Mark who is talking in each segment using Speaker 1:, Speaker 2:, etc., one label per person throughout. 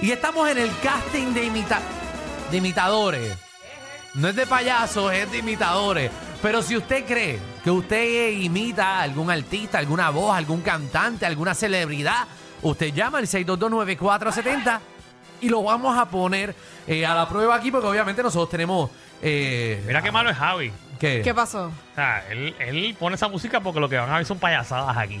Speaker 1: Y estamos en el casting de, imita de imitadores. No es de payasos, es de imitadores. Pero si usted cree que usted imita a algún artista, alguna voz, algún cantante, alguna celebridad, usted llama al 6229470 y lo vamos a poner eh, a la prueba aquí porque obviamente nosotros tenemos... eh,
Speaker 2: Mira qué malo es Javi.
Speaker 1: ¿Qué?
Speaker 3: ¿Qué pasó?
Speaker 2: O sea, él, él pone esa música porque lo que van a ver son payasadas aquí.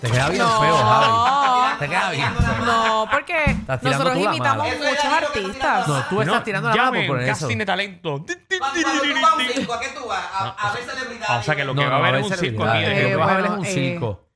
Speaker 1: Te queda bien feo, Javi. Te queda bien feo.
Speaker 3: No, porque
Speaker 1: tirando
Speaker 3: nosotros
Speaker 1: tú la
Speaker 3: imitamos
Speaker 1: mano.
Speaker 3: muchos artistas.
Speaker 1: No, tú estás
Speaker 2: No,
Speaker 1: tirando la
Speaker 2: llamen
Speaker 1: mano por eso.
Speaker 2: casting de talento.
Speaker 4: Cuando tú vas a un circo, ¿a qué tú vas? A, a ver celebridades.
Speaker 2: Ah, O sea, que lo
Speaker 1: No,
Speaker 2: que
Speaker 1: no,
Speaker 2: va a haber es
Speaker 1: ver
Speaker 2: un circo aquí.
Speaker 1: celebridades. Lo que
Speaker 2: de que
Speaker 3: Eh,
Speaker 1: vas a ver es
Speaker 3: bueno,
Speaker 1: un
Speaker 3: eh,
Speaker 1: circo.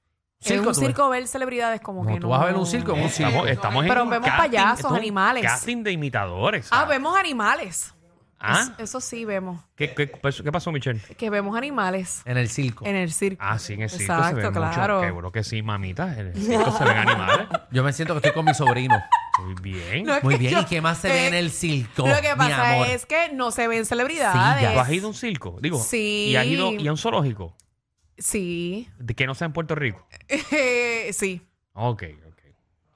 Speaker 3: en un
Speaker 1: tú ves.
Speaker 3: circo ver celebridades como
Speaker 1: No, tú
Speaker 3: que no.
Speaker 1: vas a ver un circo en un circo.
Speaker 2: Estamos, estamos en
Speaker 3: Pero
Speaker 2: un
Speaker 3: vemos
Speaker 2: casting,
Speaker 3: payasos,
Speaker 2: esto es un
Speaker 3: animales.
Speaker 2: Casting de imitadores.
Speaker 3: Ah,
Speaker 2: ¿sabes?
Speaker 3: vemos animales.
Speaker 2: ¿Ah?
Speaker 3: Es- Eso sí vemos.
Speaker 2: ¿Qué, qué, pues, qué pasó, Michelle?
Speaker 3: Que vemos animales
Speaker 1: En el circo.
Speaker 3: en el circo.
Speaker 2: Ah, sí, en el circo se
Speaker 3: Exacto,
Speaker 2: ven mucho.
Speaker 3: claro.
Speaker 2: Seguro que sí, mamita. En el circo se ven animales.
Speaker 1: Yo me siento que estoy con mi sobrino.
Speaker 2: Muy bien.
Speaker 3: No, es
Speaker 1: Muy
Speaker 3: que
Speaker 1: bien,
Speaker 3: yo-
Speaker 1: ¿y qué más se ve
Speaker 3: eh,
Speaker 1: en el circo?
Speaker 3: Lo que
Speaker 1: mi
Speaker 3: pasa
Speaker 1: amor?
Speaker 3: es que no se ven
Speaker 1: Sí,
Speaker 2: ¿Tú
Speaker 3: celebridades.
Speaker 2: has ido a un circo? Digo,
Speaker 3: Sí.
Speaker 2: ¿y has ido y a un zoológico?
Speaker 3: Sí.
Speaker 2: De que no sea en Puerto Rico.
Speaker 3: Eh, sí.
Speaker 2: Ok, ok.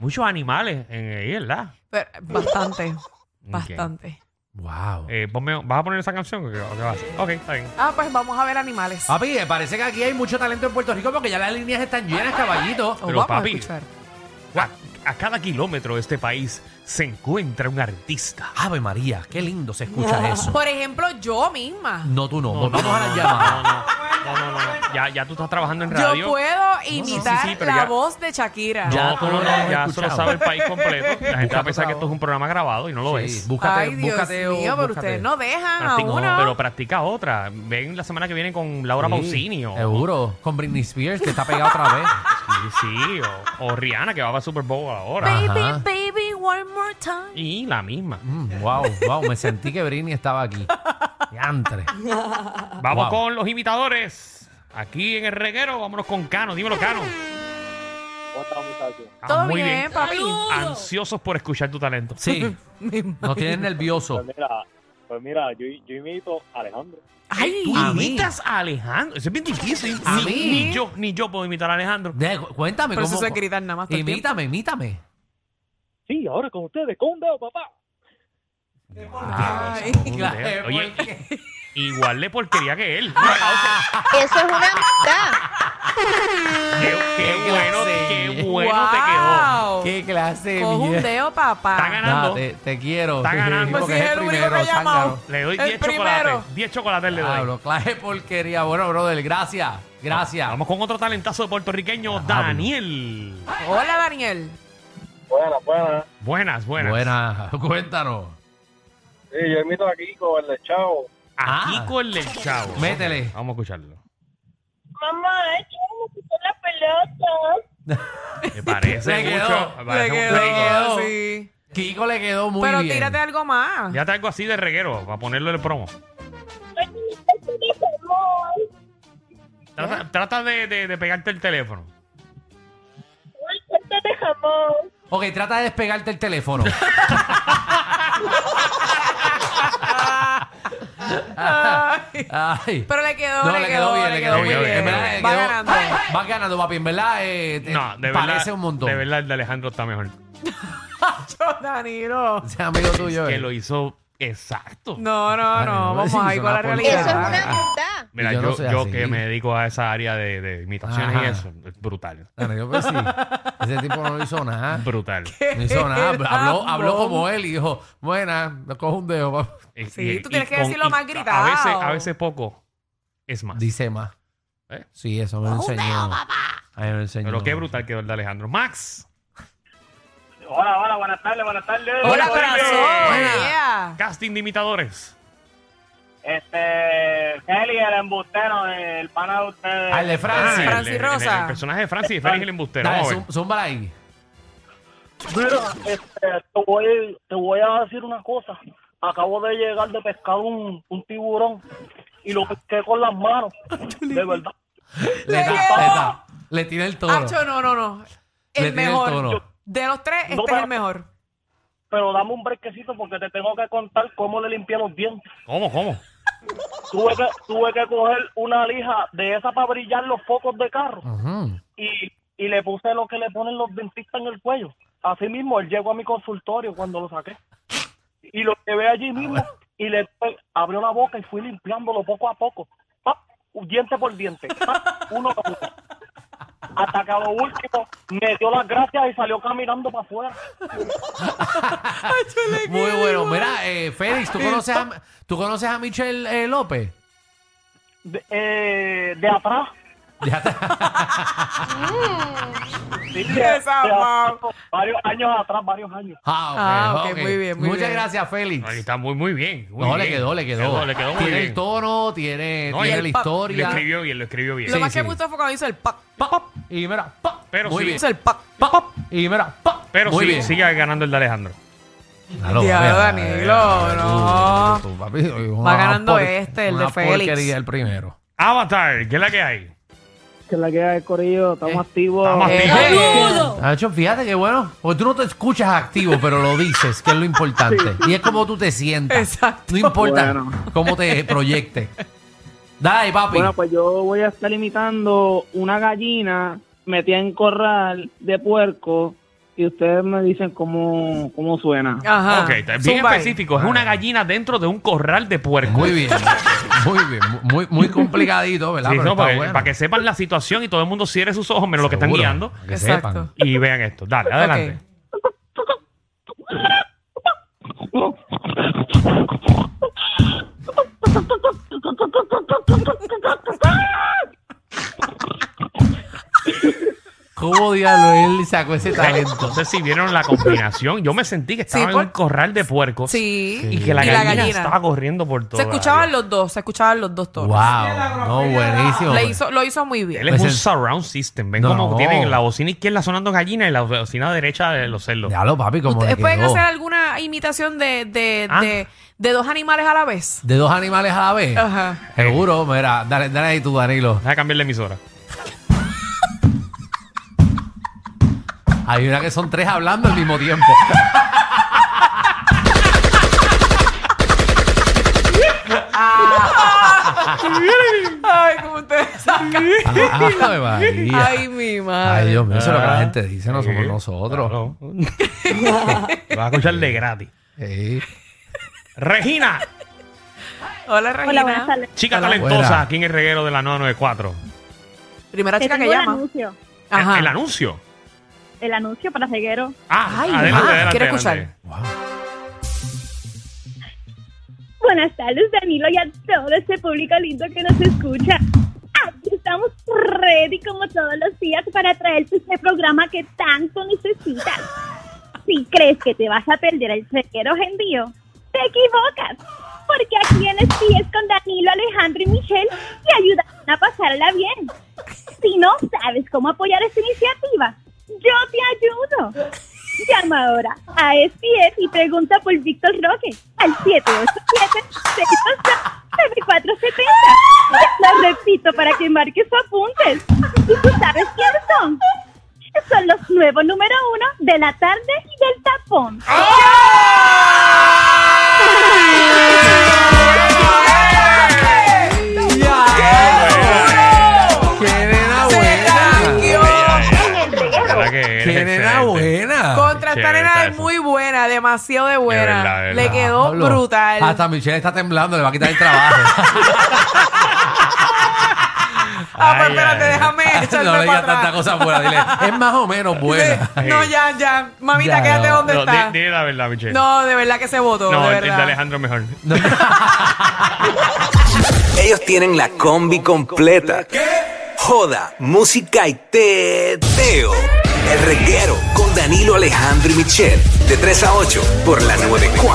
Speaker 2: Muchos animales en ahí, ¿verdad?
Speaker 3: Pero bastante.
Speaker 2: Ok.
Speaker 3: Bastante.
Speaker 1: Wow.
Speaker 2: Eh, ponme- ¿Vas a poner esa canción? ¿O qué, o qué vas a hacer? Ok, está bien.
Speaker 3: Ah, pues vamos a ver animales.
Speaker 1: Papi, eh, parece que aquí hay mucho talento en Puerto Rico porque ya las líneas están llenas, caballito.
Speaker 3: O
Speaker 2: pero,
Speaker 3: vamos
Speaker 2: papi.
Speaker 3: a escuchar.
Speaker 2: A, a cada kilómetro de este país se encuentra un artista.
Speaker 1: Ave María, qué lindo se escucha eso.
Speaker 3: Por ejemplo, yo misma.
Speaker 1: No, tú no. Volvamos a las
Speaker 2: no,
Speaker 1: llamadas.
Speaker 2: no, no, no, no. Ya, ya tú estás trabajando en radio.
Speaker 3: Yo puedo imitar
Speaker 2: sí, sí, pero
Speaker 3: la
Speaker 2: ya-
Speaker 3: voz de Shakira.
Speaker 2: No,
Speaker 1: Ya
Speaker 2: tú
Speaker 1: tú
Speaker 2: no,
Speaker 1: lo
Speaker 2: no,
Speaker 1: has
Speaker 2: ya eso lo
Speaker 1: escuchado.
Speaker 2: sabe el país completo. La gente va
Speaker 1: Búscate
Speaker 2: a pensar
Speaker 1: otra
Speaker 2: que esto es
Speaker 1: voz.
Speaker 2: un programa grabado y no lo
Speaker 1: Sí,
Speaker 2: es.
Speaker 1: búscate,
Speaker 3: Ay, Dios
Speaker 1: búscate o
Speaker 3: mío, pero
Speaker 1: búscate.
Speaker 3: ustedes no dejan a
Speaker 2: Practica,
Speaker 3: uno.
Speaker 2: pero practica otra. Ven la semana que viene con Laura
Speaker 1: Sí,
Speaker 2: Pausini. O,
Speaker 1: Seguro. Con Britney Spears, que está pegada otra vez. Eh,
Speaker 2: Sí, sí, o, o Rihanna, que va para Super Bowl ahora.
Speaker 1: Ah.
Speaker 3: Baby,
Speaker 1: Ajá.
Speaker 3: baby, one more time.
Speaker 2: Y la misma.
Speaker 1: Mm, wow, wow. Me sentí que Britney estaba aquí. Diantre. Wow.
Speaker 2: Vamos con los imitadores. Aquí en el reguero, vámonos con Cano. Dímelo, Cano. Ah,
Speaker 3: Todo
Speaker 2: muy
Speaker 3: bien, papi.
Speaker 2: Ansiosos por escuchar tu talento.
Speaker 1: Sí. Nos tienes nervioso.
Speaker 5: Pues mira, pues mira, yo, yo imito a Alejandro.
Speaker 3: Ay,
Speaker 2: ¿Tú
Speaker 1: A mí.
Speaker 2: imitas a Alejandro? Eso es bien difícil.
Speaker 1: A
Speaker 2: ni,
Speaker 1: mí.
Speaker 2: ni yo, ni yo puedo imitar a Alejandro.
Speaker 1: De- cuéntame
Speaker 3: pero eso
Speaker 1: cómo.
Speaker 3: se gritan nada más. todo el tiempo.
Speaker 1: imítame, imítame.
Speaker 5: Sí, ahora con ustedes, con un dedo, papá.
Speaker 3: Ay,
Speaker 2: Un
Speaker 1: claro,
Speaker 2: dedo.
Speaker 1: ¿por
Speaker 2: Oye,
Speaker 1: qué?
Speaker 2: igual de porquería que él.
Speaker 6: Eso es una amistad.
Speaker 2: qué, qué
Speaker 1: Qué
Speaker 2: bueno,
Speaker 1: clase.
Speaker 2: qué bueno te quedó.
Speaker 3: Wow.
Speaker 1: Qué clase de
Speaker 3: Coge un
Speaker 1: billete.
Speaker 3: dedo, papá.
Speaker 2: Está ganando.
Speaker 1: Nah, te, te quiero.
Speaker 2: Está
Speaker 1: Sí,
Speaker 2: ganando.
Speaker 1: porque
Speaker 3: Pues sí,
Speaker 1: es
Speaker 3: es el único
Speaker 1: primero,
Speaker 3: que ha llamado.
Speaker 1: zángano.
Speaker 2: Le doy
Speaker 3: El
Speaker 2: 10
Speaker 3: primero.
Speaker 2: chocolates. 10 chocolates le doy.
Speaker 1: Diablo, clase de porquería. Bueno, brother, gracias. Gracias.
Speaker 2: Vamos con otro talentazo de puertorriqueño,
Speaker 1: Diablo.
Speaker 2: Daniel.
Speaker 3: Hola, Daniel.
Speaker 5: Buena, buena.
Speaker 2: Buenas, buenas.
Speaker 1: Buena, cuéntanos.
Speaker 5: Sí, yo imito a Kiko, el de Chavo.
Speaker 2: Aquí
Speaker 1: Ah.
Speaker 2: con el chavo.
Speaker 1: Métele.
Speaker 2: Ok, Vamos a escucharlo.
Speaker 6: Mamá, quiero quitar la pelota.
Speaker 2: Me parece
Speaker 1: Le quedó,
Speaker 2: mucho. me
Speaker 3: Le
Speaker 2: parece mucho.
Speaker 3: quedó,
Speaker 1: le quedó.
Speaker 3: sí.
Speaker 1: Kiko le quedó muy
Speaker 3: Pero
Speaker 1: bien.
Speaker 3: tírate algo más.
Speaker 2: Ya traigo así de reguero para ponerlo en el promo. Trata, trata de, de- de pegarte el teléfono.
Speaker 6: de jamón.
Speaker 1: Ok, trata de despegarte el teléfono.
Speaker 3: Ay.
Speaker 1: Ay.
Speaker 3: Pero le quedó,
Speaker 1: No,
Speaker 3: le, quedó,
Speaker 1: bien, le quedó muy bien. En verdad, le
Speaker 3: Va
Speaker 1: quedó-
Speaker 3: ganando.
Speaker 1: Va ganando, papi. En verdad, eh, te-
Speaker 2: No, de verdad.
Speaker 1: parece un montón.
Speaker 2: De verdad, el de Alejandro está mejor.
Speaker 3: Yo, Danilo.
Speaker 1: Ese amigo tuyo.
Speaker 2: Que
Speaker 1: eh.
Speaker 2: lo hizo exacto.
Speaker 3: No, no,
Speaker 1: Ay,
Speaker 3: no.
Speaker 1: no,
Speaker 3: Vamos a ir
Speaker 1: eso
Speaker 3: con la
Speaker 1: no aporta
Speaker 3: realidad.
Speaker 6: Eso es
Speaker 1: nada.
Speaker 6: una amistad.
Speaker 2: Mira,
Speaker 1: Y yo
Speaker 2: yo,
Speaker 1: no soy
Speaker 2: yo
Speaker 1: así.
Speaker 2: que me dedico a esa área de, de imitaciones
Speaker 1: Ajá.
Speaker 2: y eso, es brutal.
Speaker 1: Bueno, yo creo que sí. Ese tipo no hizo nada.
Speaker 2: Brutal.
Speaker 1: No hizo nada.
Speaker 2: Ah,
Speaker 1: Habló, habló
Speaker 3: Ramón.
Speaker 1: como él y dijo, buena, me cojo un dedo. papá".
Speaker 2: Y-
Speaker 3: Sí,
Speaker 2: y- Eh,
Speaker 3: tú
Speaker 2: y
Speaker 3: tienes que
Speaker 2: con-
Speaker 3: decirlo
Speaker 2: y
Speaker 3: más
Speaker 2: a-
Speaker 3: gritado.
Speaker 2: A veces, a veces poco es más.
Speaker 1: Dice más.
Speaker 2: ¿Eh?
Speaker 1: Sí, eso me lo enseñó. Ahí me lo enseñó.
Speaker 2: Pero qué brutal quedó el de Alejandro. Max,
Speaker 5: Hola, hola, buenas tardes, buenas tardes.
Speaker 3: Hola,
Speaker 2: Hola,
Speaker 3: corazón.
Speaker 2: Daniel.
Speaker 3: Yeah.
Speaker 2: casting de imitadores.
Speaker 5: Este, Kelly, el embustero, el pana de ustedes.
Speaker 1: Al de Francia.
Speaker 3: Ah, Francis
Speaker 2: el- el-
Speaker 3: Rosa.
Speaker 2: El, personaje de Francis y Félix el embustero.
Speaker 1: Dale,
Speaker 2: Vamos a ver.
Speaker 1: zum- zúmbala ahí.
Speaker 5: Mira, este, te voy, te voy a decir una cosa. Acabo de llegar de pescar un, un tiburón y lo pesqué con las manos. De verdad.
Speaker 1: Le, da-
Speaker 3: Le quedó.
Speaker 1: le da- le tira el toro.
Speaker 3: Acho, no, no, no.
Speaker 1: Le
Speaker 3: El
Speaker 1: tira el
Speaker 3: mejor.
Speaker 1: toro.
Speaker 3: De los tres,
Speaker 5: No,
Speaker 3: este es
Speaker 5: pero-
Speaker 3: el mejor.
Speaker 5: Pero dame un brequecito porque te tengo que contar cómo le limpié los dientes.
Speaker 2: ¿Cómo, cómo?
Speaker 5: tuve que tuve que coger una lija de esa para brillar los focos de carro
Speaker 1: Ujú.
Speaker 5: y, y le puse lo que le ponen los dentistas en el cuello Así mismo, él llegó a mi consultorio cuando lo saqué. Y lo llevé allí mismo y le abrió la boca y fui limpiándolo poco a poco. ¡Pap! Diente por diente. ¡Pap! Uno por uno. Hasta que a lo último me dio las gracias y salió caminando para afuera.
Speaker 1: Muy bueno. Mira, eh, Félix, ¿tú conoces, a, ¿tú conoces a Michelle eh, López?
Speaker 5: De, eh, de atrás.
Speaker 1: Ya está.
Speaker 5: Sí,
Speaker 3: Qué
Speaker 5: de- de atrás,
Speaker 3: zafado.
Speaker 5: varios años atrás, varios años.
Speaker 1: Ah, ok,
Speaker 3: Ah, ok,
Speaker 1: ok.
Speaker 3: muy bien, muy
Speaker 1: Muchas
Speaker 3: bien.
Speaker 1: gracias, Félix.
Speaker 2: Ahí está muy, muy bien. muy
Speaker 1: No, le
Speaker 2: bien.
Speaker 1: quedó, le quedó.
Speaker 2: Le quedó muy
Speaker 1: tiene
Speaker 2: bien.
Speaker 1: el tono, tiene,
Speaker 2: No, y
Speaker 1: tiene
Speaker 2: el
Speaker 1: la
Speaker 3: pop.
Speaker 2: Lo
Speaker 1: historia.
Speaker 2: escribió bien, lo escribió bien.
Speaker 3: Lo
Speaker 1: Sí,
Speaker 3: más que
Speaker 1: sí.
Speaker 3: me gustó fue cuando hizo el pop.
Speaker 1: Pop, y mira, pop.
Speaker 2: Pero
Speaker 1: Muy
Speaker 2: sí.
Speaker 1: bien.
Speaker 3: Hizo el pop.
Speaker 1: Pop, pop, y mira, pop.
Speaker 2: Pero
Speaker 1: Muy
Speaker 2: sí,
Speaker 1: bien.
Speaker 2: sigue ganando el de Alejandro.
Speaker 1: Claro,
Speaker 3: Diablo,
Speaker 1: mira,
Speaker 3: Danilo,
Speaker 1: eh,
Speaker 3: no.
Speaker 1: tú, tú, papi, una
Speaker 3: Va ganando
Speaker 1: por-
Speaker 3: este, el
Speaker 1: una
Speaker 3: de Félix.
Speaker 1: porquería el primero.
Speaker 2: Avatar, ¿qué es la que hay?
Speaker 5: Que la queda de Corillo,
Speaker 3: estamos
Speaker 5: activos.
Speaker 2: Estamos
Speaker 3: Eh,
Speaker 2: activos.
Speaker 1: Nacho, fíjate que bueno, porque tú no te escuchas activo, pero lo dices, que es lo importante. Y es como tú te sientas.
Speaker 3: Exacto.
Speaker 1: No importa
Speaker 5: Bueno.
Speaker 1: cómo te proyectes. Dale, papi.
Speaker 7: Bueno, pues yo voy a estar imitando una gallina metida en corral de puerco y ustedes me dicen cómo, cómo suena.
Speaker 3: Ajá.
Speaker 2: Ok, está bien
Speaker 3: Zumba ahí.
Speaker 2: específico. Es una gallina dentro de un corral de puerco.
Speaker 1: Muy bien. Muy bien. Muy, muy complicadito, ¿verdad?
Speaker 2: Sí,
Speaker 1: Pero
Speaker 2: no,
Speaker 1: está
Speaker 2: para,
Speaker 1: bueno.
Speaker 2: para que sepan la situación y todo el mundo cierre sus ojos menos los que están
Speaker 1: Seguro,
Speaker 2: guiando
Speaker 1: para que
Speaker 3: Exacto.
Speaker 1: sepan.
Speaker 2: y vean esto. Dale, adelante.
Speaker 3: Ok.
Speaker 1: ¿Cómo diablo él sacó ese talento?
Speaker 2: Entonces, si vieron la combinación, yo me sentí que estaba
Speaker 3: Sí,
Speaker 2: en
Speaker 3: por-
Speaker 2: un corral de puercos
Speaker 3: Sí.
Speaker 2: y que la,
Speaker 3: Y la
Speaker 2: gallina,
Speaker 3: gallina.
Speaker 2: estaba corriendo por todo.
Speaker 3: Se escuchaban los dos, se escuchaban los dos
Speaker 1: wow.
Speaker 3: tonos.
Speaker 1: No, buenísimo.
Speaker 3: Le hizo, lo hizo muy
Speaker 2: Él
Speaker 3: bien.
Speaker 2: es
Speaker 1: Pues
Speaker 2: un
Speaker 1: el-
Speaker 2: surround system. Ven
Speaker 1: No.
Speaker 2: como tienen la bocina izquierda sonando gallina y la bocina derecha de los celos.
Speaker 1: Diablo, papi, como le
Speaker 3: ¿Ustedes pueden
Speaker 1: quedó.
Speaker 3: hacer alguna imitación de, de,
Speaker 2: Ah.
Speaker 3: de, de dos animales a la vez?
Speaker 1: De dos animales a la vez.
Speaker 3: Ajá.
Speaker 1: Seguro, mira, dale, dale ahí tú, Danilo.
Speaker 2: Deja cambiar la emisora.
Speaker 1: Hay una que son tres hablando al mismo tiempo.
Speaker 3: Ay, como ustedes sacan.
Speaker 1: Ay, Ah, María.
Speaker 3: Ay, mi madre.
Speaker 1: Ay, Dios mío, eso es lo que la
Speaker 2: Ah,
Speaker 1: gente dice, no somos
Speaker 2: sí.
Speaker 1: nosotros.
Speaker 2: Claro. Lo vas a escuchar de gratis.
Speaker 1: Sí.
Speaker 2: Regina,
Speaker 3: Hola, Regina.
Speaker 6: Hola, buenas tardes.
Speaker 2: chica
Speaker 3: Hola.
Speaker 2: talentosa
Speaker 1: Buena.
Speaker 2: aquí en el reguero de la 994.
Speaker 3: Primera
Speaker 6: Te
Speaker 3: chica que
Speaker 6: tengo el
Speaker 3: llama.
Speaker 6: anuncio.
Speaker 3: Ajá.
Speaker 2: El anuncio.
Speaker 6: El anuncio para ceguero.
Speaker 2: Ah,
Speaker 3: Ay,
Speaker 2: adelante,
Speaker 3: ah,
Speaker 2: adelante.
Speaker 3: quiero
Speaker 2: adelante.
Speaker 3: escuchar.
Speaker 1: Wow.
Speaker 6: Buenas tardes, Danilo, y a todo este público lindo que nos escucha. Aquí estamos ready como todos los días para traerte este programa que tanto necesitas. Si crees que te vas a perder el reguero gendío, te equivocas. Porque aquí en es con Danilo, Alejandro y Michelle te ayudan a pasarla bien. Si no sabes cómo apoyar esta iniciativa, yo te ayudo. Llama ahora a SPS y pregunta por Víctor Roque al 787-623-9470. Lo repito para que marques sus apuntes. ¿Y tú sabes quiénes son? Son los nuevos número uno de la tarde y del tapón.
Speaker 1: ¡Qué nena buena!
Speaker 2: ¿Verdad que eres
Speaker 1: ¡Qué nena
Speaker 2: excelente?
Speaker 1: buena!
Speaker 3: Contra esta
Speaker 2: Chévere
Speaker 3: nena
Speaker 2: está
Speaker 3: es
Speaker 2: eso.
Speaker 3: muy buena, demasiado de buena.
Speaker 2: verdad, de
Speaker 3: Le
Speaker 2: verdad.
Speaker 3: quedó
Speaker 1: Pablo,
Speaker 3: brutal.
Speaker 1: Hasta Michelle está temblando, le va a quitar el trabajo.
Speaker 3: ah, pues
Speaker 2: Ay,
Speaker 3: espérate,
Speaker 2: ay,
Speaker 3: déjame
Speaker 1: no le
Speaker 3: echarme para
Speaker 1: digas tanta
Speaker 3: atrás.
Speaker 1: cosa buena, dile. Es más o menos buena.
Speaker 3: Sí. No, ya, ya. Mamita,
Speaker 1: Ya,
Speaker 3: quédate
Speaker 1: no.
Speaker 3: donde
Speaker 2: No,
Speaker 3: está.
Speaker 2: di- Dile la verdad, Michelle.
Speaker 3: no, de verdad que se votó.
Speaker 2: No,
Speaker 3: de
Speaker 2: el- el
Speaker 3: verdad.
Speaker 2: de Alejandro mejor.
Speaker 8: Ellos tienen la combi completa. Joda, música y teo. El reguero con Danilo Alejandro y Michel. De 3 a 8 por la 94.